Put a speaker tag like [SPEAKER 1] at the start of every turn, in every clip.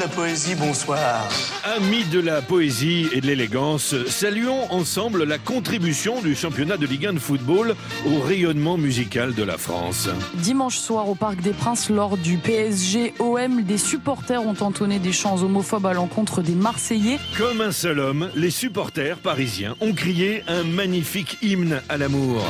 [SPEAKER 1] la poésie, bonsoir.
[SPEAKER 2] Amis de la poésie et de l'élégance, saluons ensemble la contribution du championnat de Ligue 1 de football au rayonnement musical de la France.
[SPEAKER 3] Dimanche soir au Parc des Princes, lors du PSG OM, des supporters ont entonné des chants homophobes à l'encontre des Marseillais.
[SPEAKER 2] Comme un seul homme, les supporters parisiens ont crié un magnifique hymne à l'amour.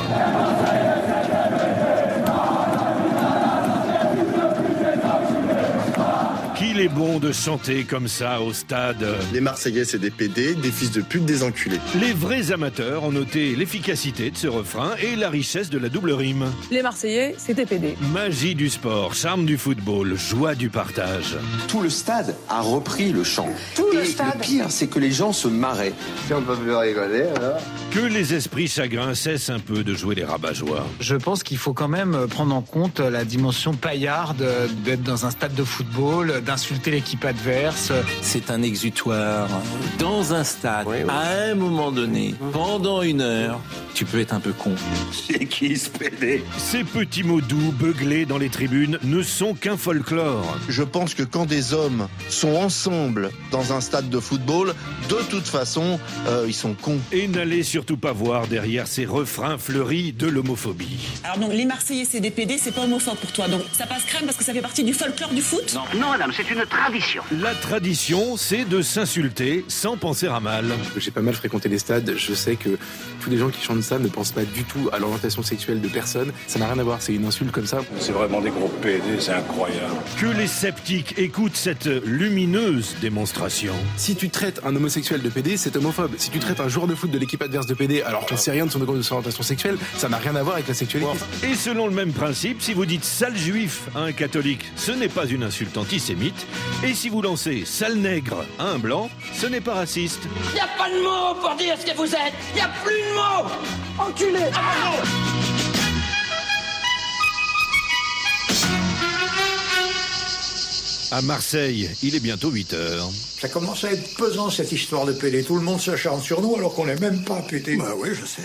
[SPEAKER 2] Qu'il est bon de chanter comme ça au stade.
[SPEAKER 4] Les Marseillais, c'est des PD, des fils de pute, des enculés.
[SPEAKER 2] Les vrais amateurs ont noté l'efficacité de ce refrain et la richesse de la double rime.
[SPEAKER 5] Les Marseillais, c'est des PD.
[SPEAKER 2] Magie du sport, charme du football, joie du partage.
[SPEAKER 6] Tout le stade a repris le chant.
[SPEAKER 7] Tout
[SPEAKER 6] Et
[SPEAKER 7] le stade.
[SPEAKER 6] pire, c'est que les gens se marraient.
[SPEAKER 8] Si on peut plus rigoler, alors.
[SPEAKER 2] Que les esprits chagrins cessent un peu de jouer les rabat-joie.
[SPEAKER 9] Je pense qu'il faut quand même prendre en compte la dimension paillarde euh, d'être dans un stade de football, euh, d'insulter l'équipe adverse.
[SPEAKER 10] C'est un exutoire. Dans un stade, à un moment donné, pendant une heure, tu peux être un peu con.
[SPEAKER 8] C'est qui ce PD
[SPEAKER 2] Ces petits mots doux beuglés dans les tribunes ne sont qu'un folklore.
[SPEAKER 4] Je pense que quand des hommes sont ensemble dans un stade de football, de toute façon, euh, ils sont cons.
[SPEAKER 2] Et n'allez surtout pas voir derrière ces refrains fleuris de l'homophobie.
[SPEAKER 11] Alors donc les Marseillais c'est des PD, c'est pas homophobe pour toi. Donc ça passe crème parce que ça fait partie du folklore du foot.
[SPEAKER 12] Non, madame, c'est une tradition.
[SPEAKER 2] La tradition, c'est de s'insulter sans penser à mal.
[SPEAKER 13] J'ai pas mal fréquenté les stades, je sais que tous les gens qui chantent ça ne pensent pas du tout à l'orientation sexuelle de personne. Ça n'a rien à voir, c'est une insulte comme ça.
[SPEAKER 8] C'est vraiment des gros PD, c'est incroyable.
[SPEAKER 2] Que les sceptiques écoutent cette lumineuse démonstration.
[SPEAKER 13] Si tu traites un homosexuel de PD, c'est homophobe. Si tu traites un joueur de foot de l'équipe adverse de PD alors qu'on sait rien de son orientation sexuelle, ça n'a rien à voir avec la sexualité.
[SPEAKER 2] Et selon le même principe, si vous dites sale juif à un catholique, ce n'est pas une insulte antisémite. Et si vous lancez sale nègre à un blanc, ce n'est pas raciste.
[SPEAKER 12] Y a pas de mots pour dire ce que vous êtes. Y a plus de mots. Enculé.
[SPEAKER 2] À Marseille, il est bientôt 8 heures.
[SPEAKER 14] Ça commence à être pesant cette histoire de PD. Tout le monde se chante sur nous alors qu'on n'est même pas pété.
[SPEAKER 15] Bah oui, je sais.